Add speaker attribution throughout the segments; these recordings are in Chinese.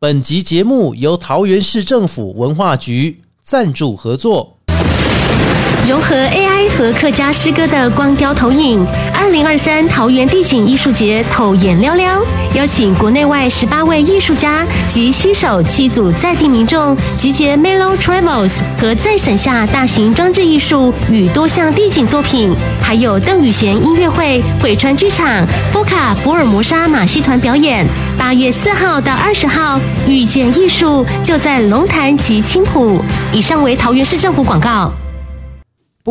Speaker 1: 本集节目由桃园市政府文化局赞助合作。
Speaker 2: 融合 AI 和客家诗歌的光雕投影，二零二三桃园地景艺术节投眼撩撩，邀请国内外十八位艺术家及携手七组在地民众，集结 Melo Travels 和再省下大型装置艺术与多项地景作品，还有邓雨贤音乐会、鬼川剧场、波卡福尔摩沙马戏团表演。八月四号到二十号，遇见艺术就在龙潭及青浦。以上为桃园市政府广告。
Speaker 1: 不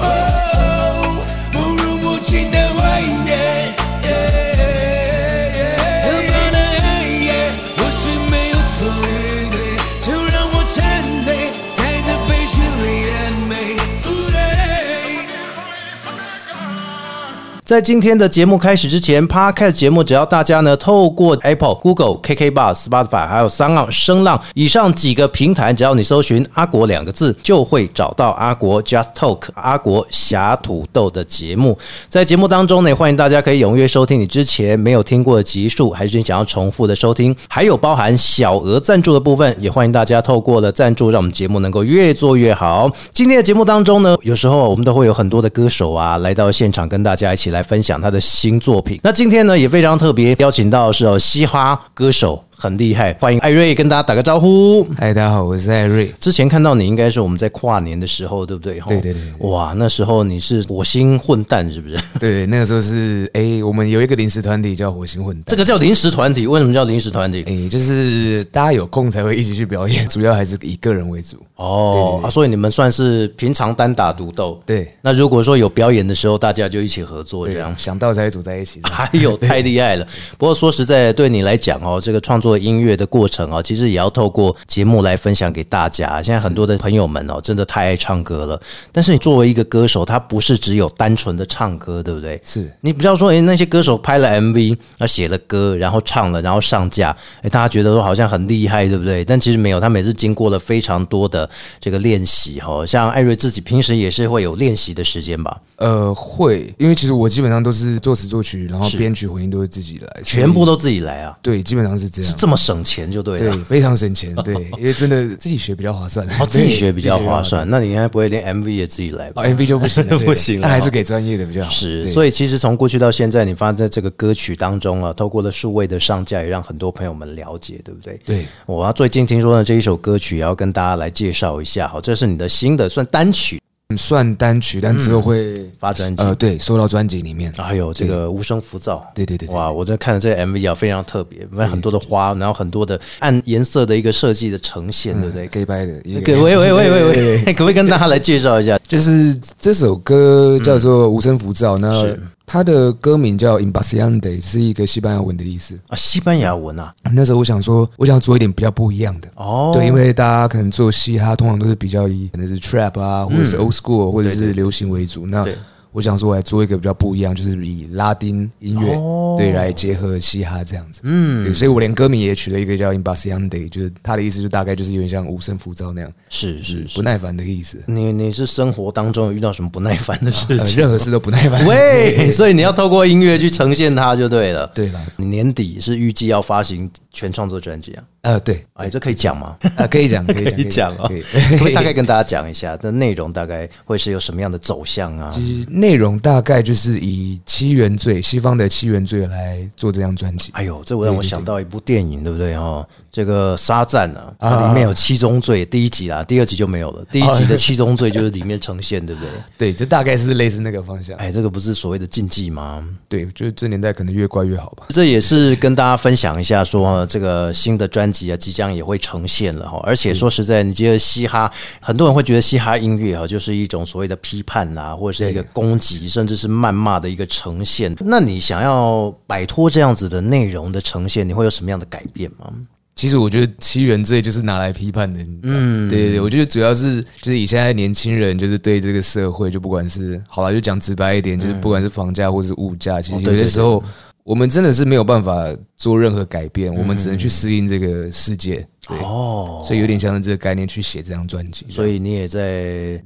Speaker 3: oh, un rumugin de waine, yeah. 怎么能安夜？我是没有所谓的，就让我沉醉在这悲剧里的美。Ooh, yeah.
Speaker 1: 在今天的节目开始之前，Podcast 节目只要大家呢透过 Apple、Google、KK Bar、Spotify 还有三浪声浪以上几个平台，只要你搜寻“阿国”两个字，就会找到阿国 Just Talk 阿国侠土豆的节目。在节目当中呢，欢迎大家可以踊跃收听你之前没有听过的集数，还是你想要重复的收听，还有包含小额赞助的部分，也欢迎大家透过了赞助，让我们节目能够越做越好。今天的节目当中呢，有时候我们都会有很多的歌手啊来到现场跟大家一起来分享他的新作品。那今天呢也非常特别，邀请到的是哦嘻哈歌手，很厉害，欢迎艾瑞跟大家打个招呼。
Speaker 4: 嗨，大家好，我是艾瑞。
Speaker 1: 之前看到你应该是我们在跨年的时候，对不对？
Speaker 4: 对对对对
Speaker 1: 哇，那时候你是火星混蛋是不 是？
Speaker 4: 对，那个时候是哎、我们有一个临时团体叫火星混蛋。
Speaker 1: 这个叫临时团体，为什么叫临时团体？
Speaker 4: 哎、就是大家有空才会一起去表演，主要还是以个人为主。
Speaker 1: 哦，啊，所以你们算是平常单打独斗。
Speaker 4: 对
Speaker 1: 那如果说有表演的时候，大家就一起合作这样。
Speaker 4: 想到才会组在一起。
Speaker 1: 哎呦，太厉害了！不过说实在的，对你来讲哦，这个创作音乐的过程哦，其实也要透过节目来分享给大家。现在很多的朋友们哦，真的太爱唱歌了。但是你作为一个歌手，他不是只有单纯的唱歌，对不对？
Speaker 4: 是
Speaker 1: 你比较说，哎诶，那些歌手拍了 MV，啊，写了歌，然后唱了，然后上架，诶，大家觉得说好像很厉害，对不对？但其实没有，他每次经过了非常多的这个练习哈、哦。像艾瑞自己平时也是会有练习的时间吧，
Speaker 4: 呃，会，因为其实我基本上都是作词作曲，然后
Speaker 1: 是
Speaker 4: 编曲混音都是自己来，
Speaker 1: 全部
Speaker 4: 都
Speaker 1: 都自己来啊，
Speaker 4: 对，基本上是这
Speaker 1: 是
Speaker 4: 样。
Speaker 1: 这么省钱就对了。
Speaker 4: 对，非常省钱。 对，因为真的自己学比较划算。
Speaker 1: 哦，自己
Speaker 4: 对
Speaker 1: 学比较划。算。那你应该不会连 MV 也自己来吧
Speaker 4: 哦？，MV 就不 行了，
Speaker 1: 不行了
Speaker 4: 那还是给专业的比较好。
Speaker 1: 是，
Speaker 4: 对
Speaker 1: 所以其实从过去到现在，你发现在这个歌曲当中啊，透过了数位的上架，也让很多朋友们了解，对不对？
Speaker 4: 对
Speaker 1: 我要最近听说的这一首歌曲，也要跟大家来介绍一下。好，这是你的新的算单曲
Speaker 4: 嗯算单曲，但之后会
Speaker 1: 嗯发专辑。啊
Speaker 4: 呃，对，收到专辑里面。
Speaker 1: 还有这个无声浮躁，
Speaker 4: 对对对对
Speaker 1: 哇！我在看了这个 MV 啊，非常特别，因为很多的花，然后很多的按颜色的一个设计的呈现，
Speaker 4: 嗯
Speaker 1: 对不对？
Speaker 4: ，gay 掰的一
Speaker 1: 可
Speaker 4: 个，
Speaker 1: 喂喂喂喂喂， 可不可以跟大家来介绍一下？
Speaker 4: 就是这首歌叫做《无声浮躁》，那
Speaker 1: 嗯是
Speaker 4: 它的歌名叫《Imbaciante》，是一个西班牙文的意思。
Speaker 1: 啊，西班牙文啊，
Speaker 4: 那时候我想说，我想做一点比较不一样的。
Speaker 1: 哦，
Speaker 4: 对，因为大家可能做嘻哈，通常都是比较以可能是 trap 啊，或者是 old school，或者是流行为主。那
Speaker 1: 对
Speaker 4: 我想说，我来做一个比较不一样，就是以拉丁音乐、对来结合嘻哈这样子。哦嗯，所以我连歌名也取了一个叫《Imbaciante》，就是它的意思就大概就是有点像无声浮躁那样，
Speaker 1: 是是
Speaker 4: 不耐烦的意思。
Speaker 1: 你你是生活当中有遇到什么不耐烦的事
Speaker 4: 呃，
Speaker 1: 情？
Speaker 4: 任何事都不耐烦。
Speaker 1: 喂，所以你要透过音乐去呈现它就对了。
Speaker 4: 对啦，
Speaker 1: 你年底是预计要发行全创作专辑啊？
Speaker 4: 呃，对，
Speaker 1: 哎，这可以讲吗？
Speaker 4: 啊，可以讲，可以讲，
Speaker 1: 可以讲哦，
Speaker 4: 可以
Speaker 1: 可不可以大概跟大家讲一下，那内容大概会是有什么样的走向啊？
Speaker 4: 其实内容大概就是以七原罪，西方的七原罪来做这张专辑。
Speaker 1: 哎呦，这我让我
Speaker 4: 对对
Speaker 1: 想到一部电影，对不对哦？这个《沙赞》啊，它里面有七宗罪，第一集啊，第二集就没有了。第一集的七宗罪就是里面呈现，对不对？
Speaker 4: 对，就大概是类似那个方向。
Speaker 1: 哎，这个不是所谓的禁忌吗？
Speaker 4: 对，就是这年代可能越怪越好吧。
Speaker 1: 这也是跟大家分享一下说，呃这个新的专辑啊，即将也会呈现了哈。而且说实在，你觉得嘻哈，很多人会觉得嘻哈音乐啊，就是一种所谓的批判啦、或者是一个攻击，甚至是谩骂的一个呈现。那你想要摆脱这样子的内容的呈现，你会有什么样的改变吗？
Speaker 4: 其实我觉得七原罪就是拿来批判的。嗯，对对对，我觉得主要是就是以现在年轻人就是对这个社会，就不管是好了，就讲直白一点，就是不管是房价或是物价，其
Speaker 1: 嗯哦
Speaker 4: 实
Speaker 1: 对
Speaker 4: 有
Speaker 1: 对
Speaker 4: 些
Speaker 1: 对
Speaker 4: 时候我们真的是没有办法做任何改变，我们只能去适应这个世界。对，
Speaker 1: 嗯哦，
Speaker 4: 所以有点像是这个概念去写这张专辑。
Speaker 1: 所以你也在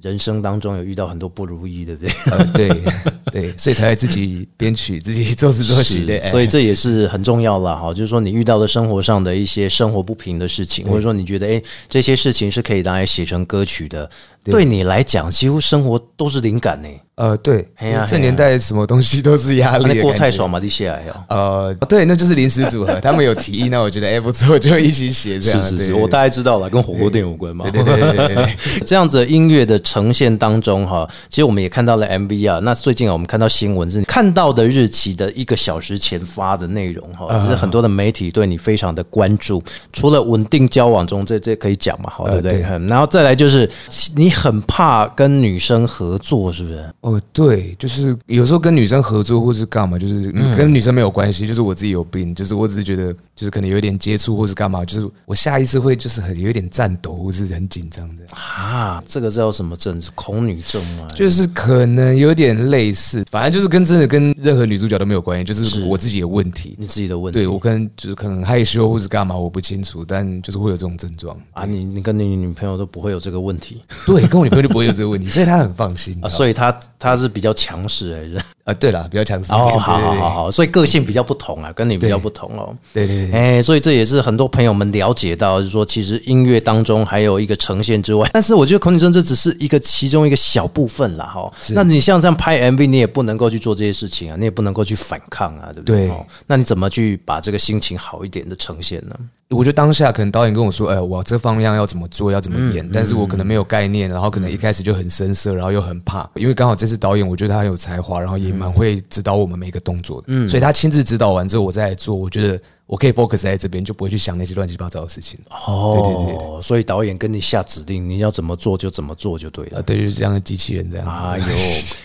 Speaker 1: 人生当中有遇到很多不如意，对不对？
Speaker 4: 呃，对 对，所以才会自己编曲、自己作词作曲
Speaker 1: 是
Speaker 4: 对，哎
Speaker 1: 所以这也是很重要了哈。就是说，你遇到的生活上的一些生活不平的事情，或者说你觉得哎、这些事情是可以拿来写成歌曲的，对你来讲，几乎生活都是灵感呢、
Speaker 4: 呃，对
Speaker 1: 嘿呀，
Speaker 4: 这年代什么东西都是压
Speaker 1: 啊
Speaker 4: 力
Speaker 1: 你
Speaker 4: 的
Speaker 1: 过
Speaker 4: 感
Speaker 1: 太
Speaker 4: 觉
Speaker 1: 爽嘛，你写来哦。
Speaker 4: 呃，对，那就是临时组合，他们有提议，那我觉得哎、不错，就一起写这
Speaker 1: 是
Speaker 4: 样。
Speaker 1: 是
Speaker 4: 对
Speaker 1: 是，我大概知道了，跟火锅店有关嘛。
Speaker 4: 对对对对对对
Speaker 1: 这样子的音乐的呈现当中哈，其实我们也看到了 MV 啊。那最近啊，我们看到新闻是看到的日期的一个小时前发的内容哈，
Speaker 4: 啊
Speaker 1: 其实很多的媒体对你非常的关注。除了稳定交往中，这这可以讲嘛，好对不对？
Speaker 4: 啊对
Speaker 1: 嗯然后再来就是你很怕跟女生合作，是不是？
Speaker 4: 哦，对，就是有时候跟女生合作或是干嘛，就是
Speaker 1: 嗯
Speaker 4: 跟女生没有关系，就是我自己有病，就是我只是觉得就是可能有一点接触或是干嘛，就是我下意识会就是很有一点颤抖或是很紧张的，
Speaker 1: 啊，这个叫什么症？恐女症吗？
Speaker 4: 就是可能有点类似，反正就是跟真的跟任何女主角都没有关系，就是我自己的问题。
Speaker 1: 你自己的问题。
Speaker 4: 对我可能就是可能害羞或是干嘛，我不清楚，但就是会有这种症状。
Speaker 1: 啊，你你跟你女朋友都不会有这个问题
Speaker 4: 对， 跟我女朋友就不会有这个问题，所以她很放心
Speaker 1: 啊，
Speaker 4: 以
Speaker 1: 所以她她是比较强势还是？
Speaker 4: 啊，对了，比较强势一点。
Speaker 1: 哦，好好好
Speaker 4: 好，
Speaker 1: 好，所以个性比较不同啊，跟你比较不同哦。
Speaker 4: 对对对，
Speaker 1: 哎、所以这也是很多朋友们了解到，就是说，其实音乐当中还有一个呈现之外， 但是我觉得恐女症这只是一个其中一个小部分啦，哈。那你像这样拍 MV，你也不能够去做这些事情啊，你也不能够去反抗啊，对不对？
Speaker 4: 对
Speaker 1: 哦那你怎么去把这个心情好一点的呈现呢？
Speaker 4: 我觉得当下可能导演跟我说，哎，我这方向要怎么做，要怎么
Speaker 1: 嗯
Speaker 4: 演，但是我可能没有概念，然后可能一开始就很生涩，然后又很怕，因为刚好这次导演我觉得他很有才华，然后也蛮会指导我们每个动作的，
Speaker 1: 嗯
Speaker 4: 所以他亲自指导完之后，我再来做，我觉得我可以 focus 在这边，就不会去想那些乱七八糟的事情。
Speaker 1: 哦，
Speaker 4: 对对对
Speaker 1: 所以导演跟你下指令，你要怎么做就怎么做就对了
Speaker 4: 啊，。对，就是这样的机器人这样。
Speaker 1: 哎 呦，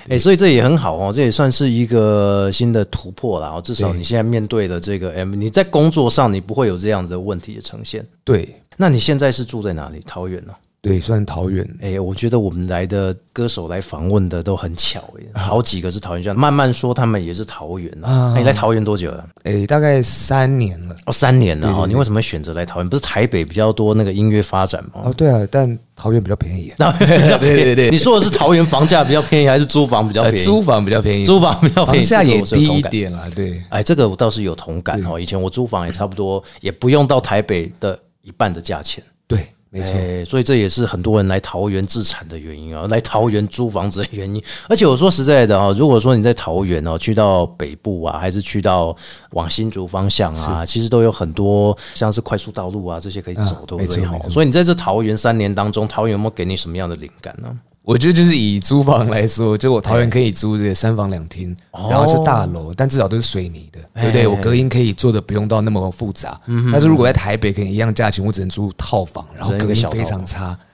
Speaker 1: 哎、所以这也很好哦，这也算是一个新的突破啦。哦，至少
Speaker 4: 对
Speaker 1: 你现在面对的这个 M，你在工作上你不会有这样子的问题的呈现。
Speaker 4: 对
Speaker 1: 那你现在是住在哪里？桃园呢、哦
Speaker 4: 对，算桃园。
Speaker 1: 哎、我觉得我们来的歌手来访问的都很巧耶，
Speaker 4: 啊
Speaker 1: 好几个是桃园这样慢慢说他们也是桃园啊。哎你来桃园多久了？
Speaker 4: 诶、哎大概三年了。
Speaker 1: 哦，三年了哦。你为什么选择来桃园？不是台北比较多那个音乐发展吗
Speaker 4: 哦，？对啊，但桃园比较便宜、啊，
Speaker 1: 那 对对对，你说的是桃园房价比较便宜，还是租房比较
Speaker 4: 呃，
Speaker 1: 便宜？
Speaker 4: 租房比较便 宜，
Speaker 1: 租房比较便宜，
Speaker 4: 房价
Speaker 1: 这个
Speaker 4: 也
Speaker 1: 我是有
Speaker 4: 低
Speaker 1: 同
Speaker 4: 一
Speaker 1: 感
Speaker 4: 点啦。对，
Speaker 1: 哎，这个我倒是有同感哦。以前我租房也差不多，也不用到台北的一半的价钱。
Speaker 4: 对，没错。
Speaker 1: 哎，所以这也是很多人来桃园自产的原因啊，来桃园租房子的原因。而且我说实在的哈、哦如果说你在桃园哦，去到北部啊，还是去到往新竹方向啊，其实都有很多像是快速道路啊这些可以走，对不
Speaker 4: 没
Speaker 1: 对
Speaker 4: 错
Speaker 1: 哦
Speaker 4: 没错
Speaker 1: 所以你在这桃园三年当中，桃园有没有给你什么样的灵感呢、
Speaker 4: 我觉得就是以租房来说，就我桃园可以租这个三房两厅，
Speaker 1: 哦
Speaker 4: 然后是大楼，但至少都是水泥的，
Speaker 1: 哎
Speaker 4: 对不对？我隔音可以做的不用到那么复杂。
Speaker 1: 嗯
Speaker 4: 但是如果在台北，可能一样价钱，我只能租套房，然后
Speaker 1: 只能一
Speaker 4: 隔
Speaker 1: 个
Speaker 4: 音
Speaker 1: 小
Speaker 4: 非
Speaker 1: 套
Speaker 4: 常
Speaker 1: 房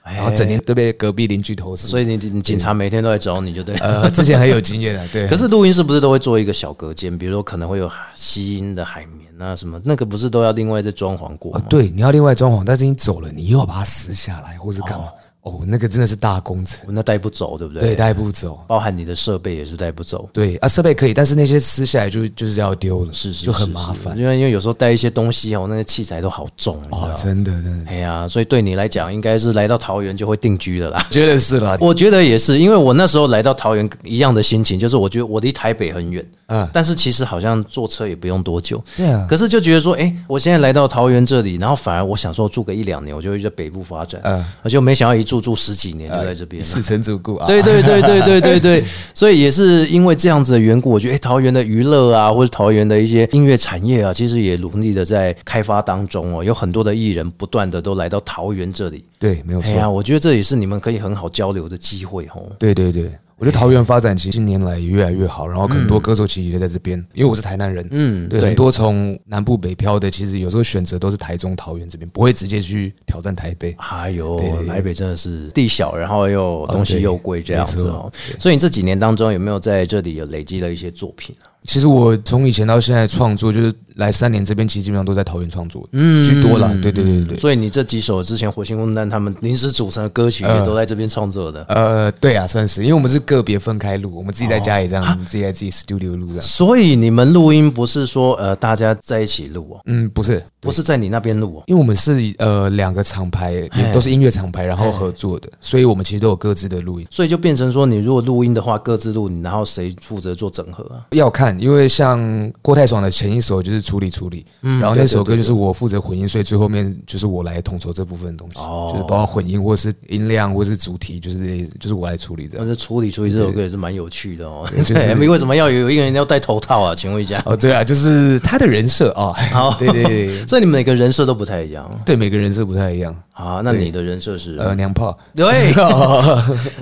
Speaker 1: 哎
Speaker 4: 差，然后整天都被隔壁邻居投诉。
Speaker 1: 所以你你警察每天都来找你就对了。
Speaker 4: 呃，之前很有经验的，对。
Speaker 1: 可是录音室不是都会做一个小隔间，比如说可能会有吸音的海绵啊什么，那个不是都要另外再装潢过
Speaker 4: 哦
Speaker 1: 吗？，
Speaker 4: 对，你要另外装潢，但是你走了，你又要把它撕下来，或是干嘛？哦，那个真的是大工程，
Speaker 1: 那带不走，对不对？
Speaker 4: 对，带不走。
Speaker 1: 包含你的设备也是带不走。
Speaker 4: 对啊，设备可以，但是那些撕下来就就是要丢了，
Speaker 1: 是是
Speaker 4: 就很
Speaker 1: 是
Speaker 4: 麻
Speaker 1: 是
Speaker 4: 烦
Speaker 1: 因为因为有时候带一些东西哦，那些器材都好重，你知道
Speaker 4: 哦，
Speaker 1: 吗？
Speaker 4: 真的真的，
Speaker 1: 哎呀，所以对你来讲，应该是来到桃园就会定居的啦。
Speaker 4: 觉得是啦，
Speaker 1: 我觉得也是，因为我那时候来到桃园，一样的心情，就是我觉得我离台北很远，
Speaker 4: 嗯
Speaker 1: 但是其实好像坐车也不用多久，
Speaker 4: 对啊
Speaker 1: 可是就觉得说，哎、我现在来到桃园这里，然后反而我想说住个一两年，我就会在北部发展，嗯哎
Speaker 4: 嗯，
Speaker 1: 就没想到一住住十几年就在这边了。
Speaker 4: 是成主顾啊，
Speaker 1: 对对对对对对对， 所以也是因为这样子的缘故，我觉得、哎，桃园的娱乐啊，或者桃园的一些音乐产业啊，其实也努力的在开发当中哦，有很多的艺人不断的都来到桃园这里。
Speaker 4: 对，没有
Speaker 1: 哎呀，
Speaker 4: 错，
Speaker 1: 我觉得这也是你们可以很好交流的机会哦。
Speaker 4: 对对对。我觉得桃园发展其实近年来也越来越好，然后很多歌手其实也在这边，因为我是台南人，嗯，对，
Speaker 1: 对
Speaker 4: 很多从南部北漂的，其实有时候选择都是台中、桃园这边，不会直接去挑战台北。
Speaker 1: 哎呦
Speaker 4: 对对，对
Speaker 1: 台北真的是地小，然后又东西
Speaker 4: 对
Speaker 1: 又贵这样子哦
Speaker 4: 没错。
Speaker 1: 所以你这几年当中有没有在这里有累积了一些作品啊？
Speaker 4: 其实我从以前到现在创作，就是来三年这边其实基本上都在桃园创作，嗯，居多啦。对对对对对，
Speaker 1: 所以你这几首之前火星混蛋他们临时组成的歌曲
Speaker 4: 嗯
Speaker 1: 也都在这边创作的。
Speaker 4: 呃，对啊，算是，因为我们是个别分开录，我们自己在家里这样，自己在自己 studio 录这样。
Speaker 1: 所以你们录音不是说呃大家在一起录哦，
Speaker 4: 嗯，不是，
Speaker 1: 不是在你那边录哦。
Speaker 4: 因为我们是呃两个厂牌，也都是音乐厂牌，然后合作的，所以我们其实都有各自的录音。
Speaker 1: 所以就变成说，你如果录音的话，各自录，你然后谁负责做整合啊？
Speaker 4: 要看，因为像郭泰爽的前一首就是处理处理，然后那首歌就是我负责混音，所以最后面就是我来统筹这部分的东西，就是包括混音或是音量或是主题，就是这就是我来处理这
Speaker 1: 那
Speaker 4: 样。
Speaker 1: 这处理处理这首歌也是蛮有趣的哦。
Speaker 4: 就是
Speaker 1: 对，为什么要有一个人要戴头套啊？请问一下。
Speaker 4: 哦，对啊，就是他的人设啊，
Speaker 1: 好
Speaker 4: 对对 对，
Speaker 1: 所以你们每个人设都不太一样
Speaker 4: 对每个人设不太一样。
Speaker 1: 啊。那你的人设是
Speaker 4: 呃，娘炮，
Speaker 1: 对，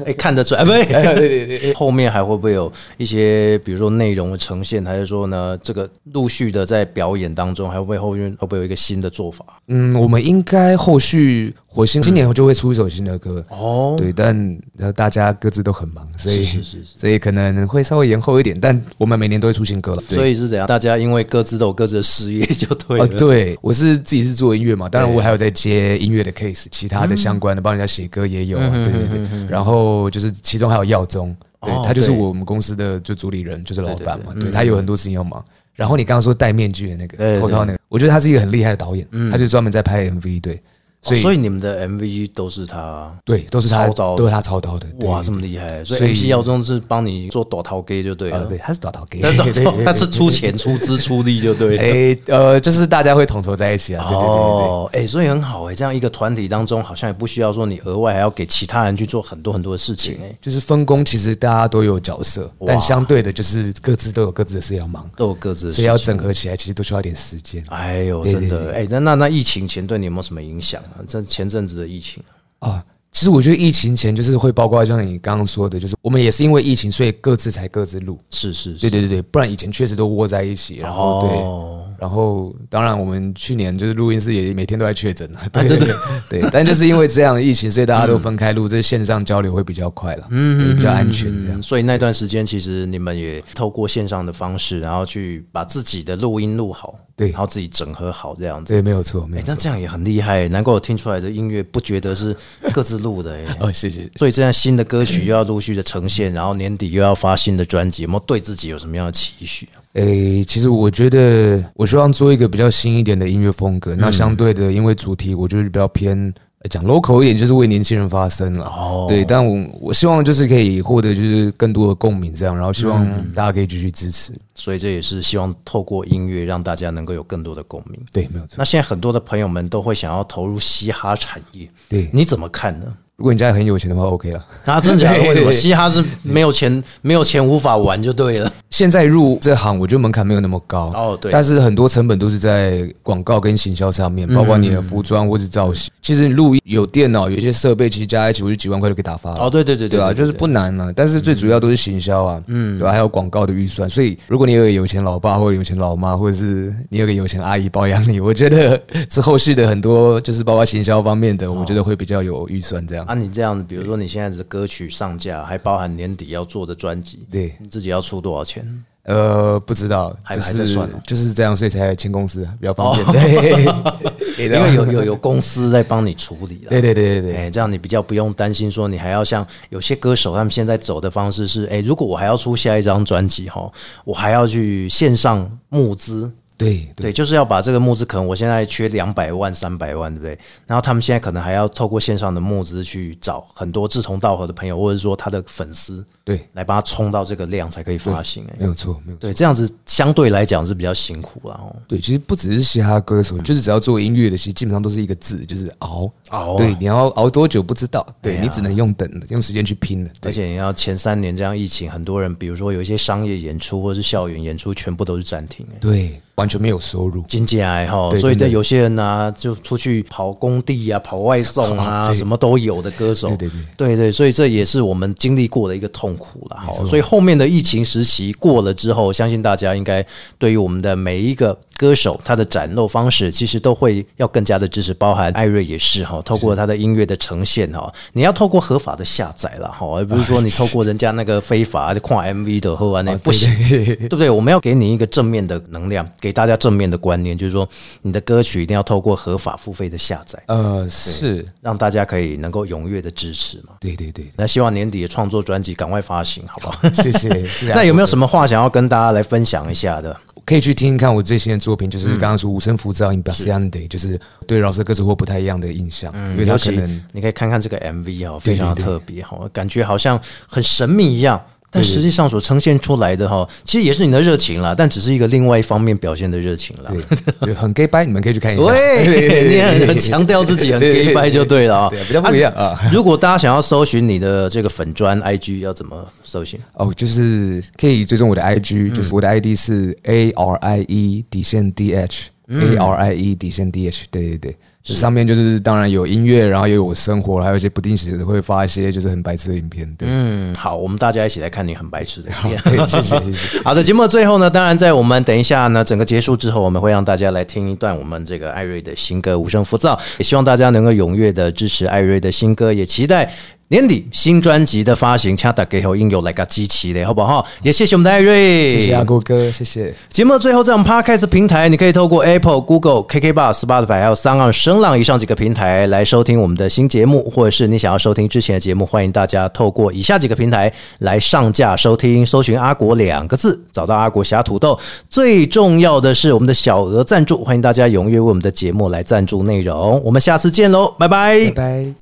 Speaker 1: 哎，看得出来，不对，对对对。后面还会不会有一些，比如说内容的呈现，还是说呢，这个陆续的在表演当中，还会不会后面会不会有一个新的做法？
Speaker 4: 嗯，我们应该后续火星今年就会出一首新的歌
Speaker 1: 嗯哦
Speaker 4: 对，但呃大家各自都很忙，所以
Speaker 1: 是是是
Speaker 4: 所以可能会稍微延后一点，但我们每年都会出新歌了，对
Speaker 1: 所以是怎样？大家因为各自都有各自的事业，就哦对了。
Speaker 4: 啊，对我是自己是做音乐嘛，当然我还有在接音乐的 case，其他的相关的帮人家写歌也有啊，
Speaker 1: 嗯
Speaker 4: 对对对。然后就是其中还有耀宗，对
Speaker 1: 哦
Speaker 4: 他就是
Speaker 1: 对
Speaker 4: 我们公司的就主理人，就是老板嘛，对他有很多事情要忙。然后你刚刚说戴面具的那
Speaker 1: 对嗯
Speaker 4: 个
Speaker 1: 对嗯
Speaker 4: 头套那个，我觉得他是一个很厉害的导演，他就专门在拍 MV，对，所
Speaker 1: 哦
Speaker 4: 以
Speaker 1: 所以你们的 MV 都是他。
Speaker 4: 对都是他
Speaker 1: 操刀的
Speaker 4: 都是他操刀的，对
Speaker 1: 哇，这么厉害！所以
Speaker 4: 所以
Speaker 1: MC 耀宗是帮你做躲逃 gay 就对
Speaker 4: 呃
Speaker 1: 了，
Speaker 4: 对，他是导导给，
Speaker 1: 那
Speaker 4: 对 对对
Speaker 1: 啊他
Speaker 4: 对
Speaker 1: 他是出钱出资出力就对了。
Speaker 4: 哎呃，就是大家会统筹在一起啊，对对对对对。
Speaker 1: 哦，哎、所以很好哎、这样一个团体当中，好像也不需要说你额外还要给其他人去做很多很多的事情哎、
Speaker 4: 就是分工，其实大家都有角色，但相对的，就是各自都有各自的事要忙，
Speaker 1: 都有各自的事
Speaker 4: 所
Speaker 1: 情
Speaker 4: 以要整合起来，其实都需要一点时间。
Speaker 1: 哎呦，
Speaker 4: 对
Speaker 1: 真
Speaker 4: 对
Speaker 1: 的哎、那那那疫情前对你有没有什么影响啊？这前阵子的疫情，
Speaker 4: 啊，其实我觉得疫情前就是会包括像你刚刚说的，就是我们也是因为疫情，所以各自才各自录。
Speaker 1: 是是是，
Speaker 4: 对对对对，不然以前确实都窝在一起，然后对。
Speaker 1: 哦
Speaker 4: 然后，当然，我们去年就是录音室也每天都在确诊啊，对对对对，但就是因为这样的疫情，所以大家都分开录，这线上交流会比较快了，嗯，比较安全这样。
Speaker 1: 嗯，所以那段时间其实你们也透过线上的方式，然后去把自己的录音录好，
Speaker 4: 对
Speaker 1: 然后自己整合好这样子。
Speaker 4: 对，没有错，没
Speaker 1: 哎
Speaker 4: 有，
Speaker 1: 那
Speaker 4: 错。
Speaker 1: 这样也很厉害，难怪我听出来的音乐不觉得是各自录的哎、
Speaker 4: 哦，谢谢。
Speaker 1: 所以这样新的歌曲又要陆续的呈现，然后年底又要发新的专辑，有没有对自己有什么样的期许啊？
Speaker 4: 诶、其实我觉得我希望做一个比较新一点的音乐风格。那相对的，因为主题我就是比较偏呃讲 local 一点，就是为年轻人发声了。
Speaker 1: 哦
Speaker 4: 对，但我我希望就是可以获得就是更多的共鸣，这样，然后希望大家可以继续支持。
Speaker 1: 所以这也是希望透过音乐让大家能够有更多的共鸣。
Speaker 4: 对，没有错。
Speaker 1: 那现在很多的朋友们都会想要投入嘻哈产业，
Speaker 4: 对，
Speaker 1: 你怎么看 呢？
Speaker 4: 如果你家里很有钱的话，OK 了。
Speaker 1: 啊，真假的？
Speaker 4: 对
Speaker 1: 为什么
Speaker 4: 对
Speaker 1: 嘻哈是没有钱，没有钱无法玩就对了？
Speaker 4: 现在入这行，我觉得门槛没有那么高
Speaker 1: 哦对
Speaker 4: 但是很多成本都是在广告跟行销上面，包括你的服装或是造型。其实录音有电脑，有一些设备，其实加在一起，我就几万块就可以打发了。
Speaker 1: 哦，对对对
Speaker 4: 对啊，
Speaker 1: 啊，
Speaker 4: 就是不难嘛、但是最主要都是行销啊，嗯，对吧、还有广告的预算，所以如果你有个有钱老爸或者有钱老妈，或者是你有个有钱阿姨包养你，我觉得这后续的很多就是包括行销方面的，我觉得会比较有预算这样。
Speaker 1: 啊，你这样，比如说你现在的歌曲上架，还包含年底要做的专辑，
Speaker 4: 对，
Speaker 1: 你自己要出多少钱？
Speaker 4: 呃，不知道，
Speaker 1: 还
Speaker 4: 就
Speaker 1: 还在
Speaker 4: 是
Speaker 1: 算哦
Speaker 4: 就是这样，所以才签公司比较方便。 对，
Speaker 1: 哦 因为有有有公司在帮你处理了。
Speaker 4: 对对对对
Speaker 1: 哎、
Speaker 4: 对，
Speaker 1: 这样你比较不用担心说你还要像有些歌手他们现在走的方式是，哎、如果我还要出下一张专辑哈，我还要去线上募资。
Speaker 4: 对对
Speaker 1: 对，就是要把这个募资，可能我现在缺两百万、三百万，对不对？然后他们现在可能还要透过线上的募资去找很多志同道合的朋友，或者说他的粉丝
Speaker 4: 对，
Speaker 1: 来帮他冲到这个量才可以发行、哎，
Speaker 4: 没有错，没有错。
Speaker 1: 对，这样子相对来讲是比较辛苦啦。哦。
Speaker 4: 对，其实不只是嘻哈歌手，就是只要做音乐的，其实基本上都是一个字，就是熬
Speaker 1: 熬啊
Speaker 4: 对，你要熬多久不知道，对、
Speaker 1: 对啊
Speaker 4: 你只能用等的，用时间去拼的。
Speaker 1: 而
Speaker 4: 对，
Speaker 1: 且你要前三年这样疫情，很多人比如说有一些商业演出或者是校园演出，全部都是暂停、哎
Speaker 4: 对，完全没有收入。
Speaker 1: 经济癌哈，
Speaker 4: 对
Speaker 1: 所以
Speaker 4: 真的
Speaker 1: 这有些人呢、啊就出去跑工地啊，跑外送啊，什么都有的歌手，
Speaker 4: 对对
Speaker 1: 对对所以这也是我们经历过的一个痛苦啦。哈，所以后面的疫情时期过了之后，相信大家应该对于我们的每一个歌手他的展露方式，其实都会要更加的支持，包含艾瑞也是哈，透过他的音乐的呈现哈，你要透过合法的下载了哈，而不是 说你透过人家那个非法的跨 MV 的喝完那不行， 对不对？我们要给你一个正面的能量，给大家正面的观念，就是说你的歌曲一定要透过合法付费的下载，
Speaker 4: 呃，是，
Speaker 1: 让大家可以能够踊跃的支持嘛。
Speaker 4: 对对对，
Speaker 1: 那希望年底的创作专辑赶快发行，好不好？
Speaker 4: 谢谢。谢 谢
Speaker 1: 那有没有
Speaker 4: 么
Speaker 1: 什么话想要跟大家来分享一下的？
Speaker 4: 可以去听听看我最新的作品？
Speaker 1: 嗯
Speaker 4: 就是刚刚说无声浮躁 in b a s i a n d e 就是对饶舌歌手会不太一样的印象，因为
Speaker 1: 嗯尤
Speaker 4: 他可
Speaker 1: 其
Speaker 4: 能
Speaker 1: 你可以看看这个 MV 哦，
Speaker 4: 对
Speaker 1: 非常
Speaker 4: 对对
Speaker 1: 特别哈，感觉好像很神秘一样。但实际上所呈现出来的哈，其实也是你的热情啦，但只是一个另外一方面表现的热情啦。
Speaker 4: 对 对很 gay 掰，你们可以去看一下。
Speaker 1: 喂，你很很强调自己很 gay 掰就对了啊，
Speaker 4: 对比较不一样啊
Speaker 1: 如果大家想要搜寻你的这个粉砖 IG 要怎么搜寻？
Speaker 4: 哦，就是可以追踪我的 IG，、就是我
Speaker 1: 嗯
Speaker 4: 的 ID 是 A R I E 底线 D H、A
Speaker 1: 嗯
Speaker 4: R I E 底线 D H，对对对，这上面就是当然有音乐，然后也有我生活，还有一些不定时的会发一些就是很白痴的影片，对，
Speaker 1: 嗯，好，我们大家一起来看你很白痴的一面。
Speaker 4: 对谢谢 谢谢。
Speaker 1: 好的，节目的最后呢，当然在我们等一下呢，整个结束之后，我们会让大家来听一段我们这个艾瑞的新歌《无声浮躁》，也希望大家能够踊跃的支持艾瑞的新歌，也期待。年底新专辑的发行，恰打给后应有来个支持嘞，好不好？也谢谢我们的艾瑞，
Speaker 4: 谢谢阿郭哥，谢谢。
Speaker 1: 节目的最后，在我们 Podcast 平台，你可以透过 Apple、Google、KK Bar、Spotify 还有三浪声浪以上几个平台来收听我们的新节目，或者是你想要收听之前的节目，欢迎大家透过以下几个平台来上架收听，搜寻“阿国”两个字，找到阿国侠土豆。最重要的是我们的小额赞助，欢迎大家踊跃为我们的节目来赞助内容。我们下次见喽，拜拜。
Speaker 4: 拜拜。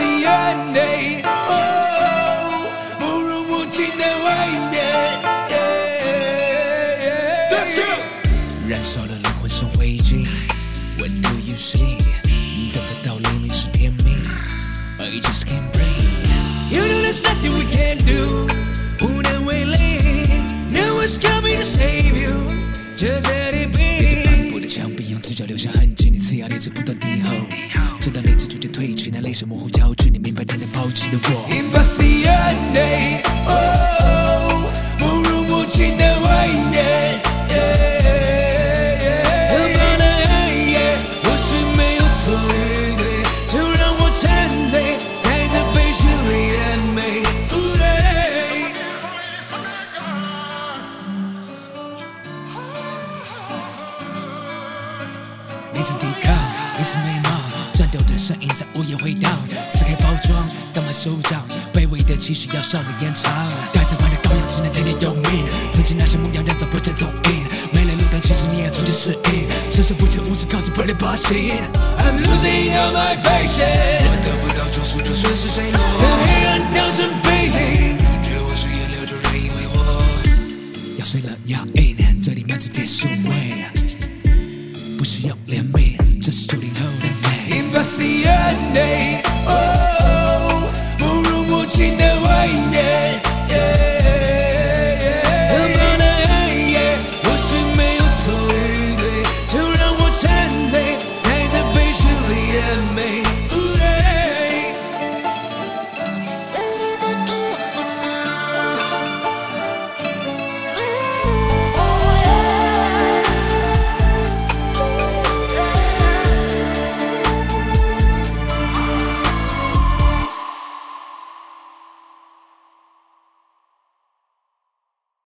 Speaker 3: impaciente，哦，无人无情的外面。Let's go。燃烧了灵魂像灰烬，What do you see？等得到黎明是天命，I just can't breathe。You know there's nothing we can do，无能为力。No one's coming to save you，就这里 be。我的墙壁用嘴角留下痕迹，你呲牙咧嘴不断低吼。正当理智逐渐退去，那泪水模糊焦距，你明白人类抛弃了我。Impaciente，哦，无入无情的外面。怎么的爱也不是没有错与对，就让我沉醉在这悲剧里的美。对你曾抵抗，你曾美貌，战斗的声音在午夜回荡，撕开包装，当满手掌，卑微的期许要少年延长，待在外的羔羊只能天天用命，曾经那些牧羊人早不见踪影，没了路灯，其实你也逐渐适应，承受不切物质，靠着本领把心。I'm losing all my patience，我得不到救赎就顺势坠落，将黑暗当成背景，觉我是烟流，就人因为我要睡了要硬，嘴里满是甜是味。不需要怜悯，这是九零后的美。Impaciente，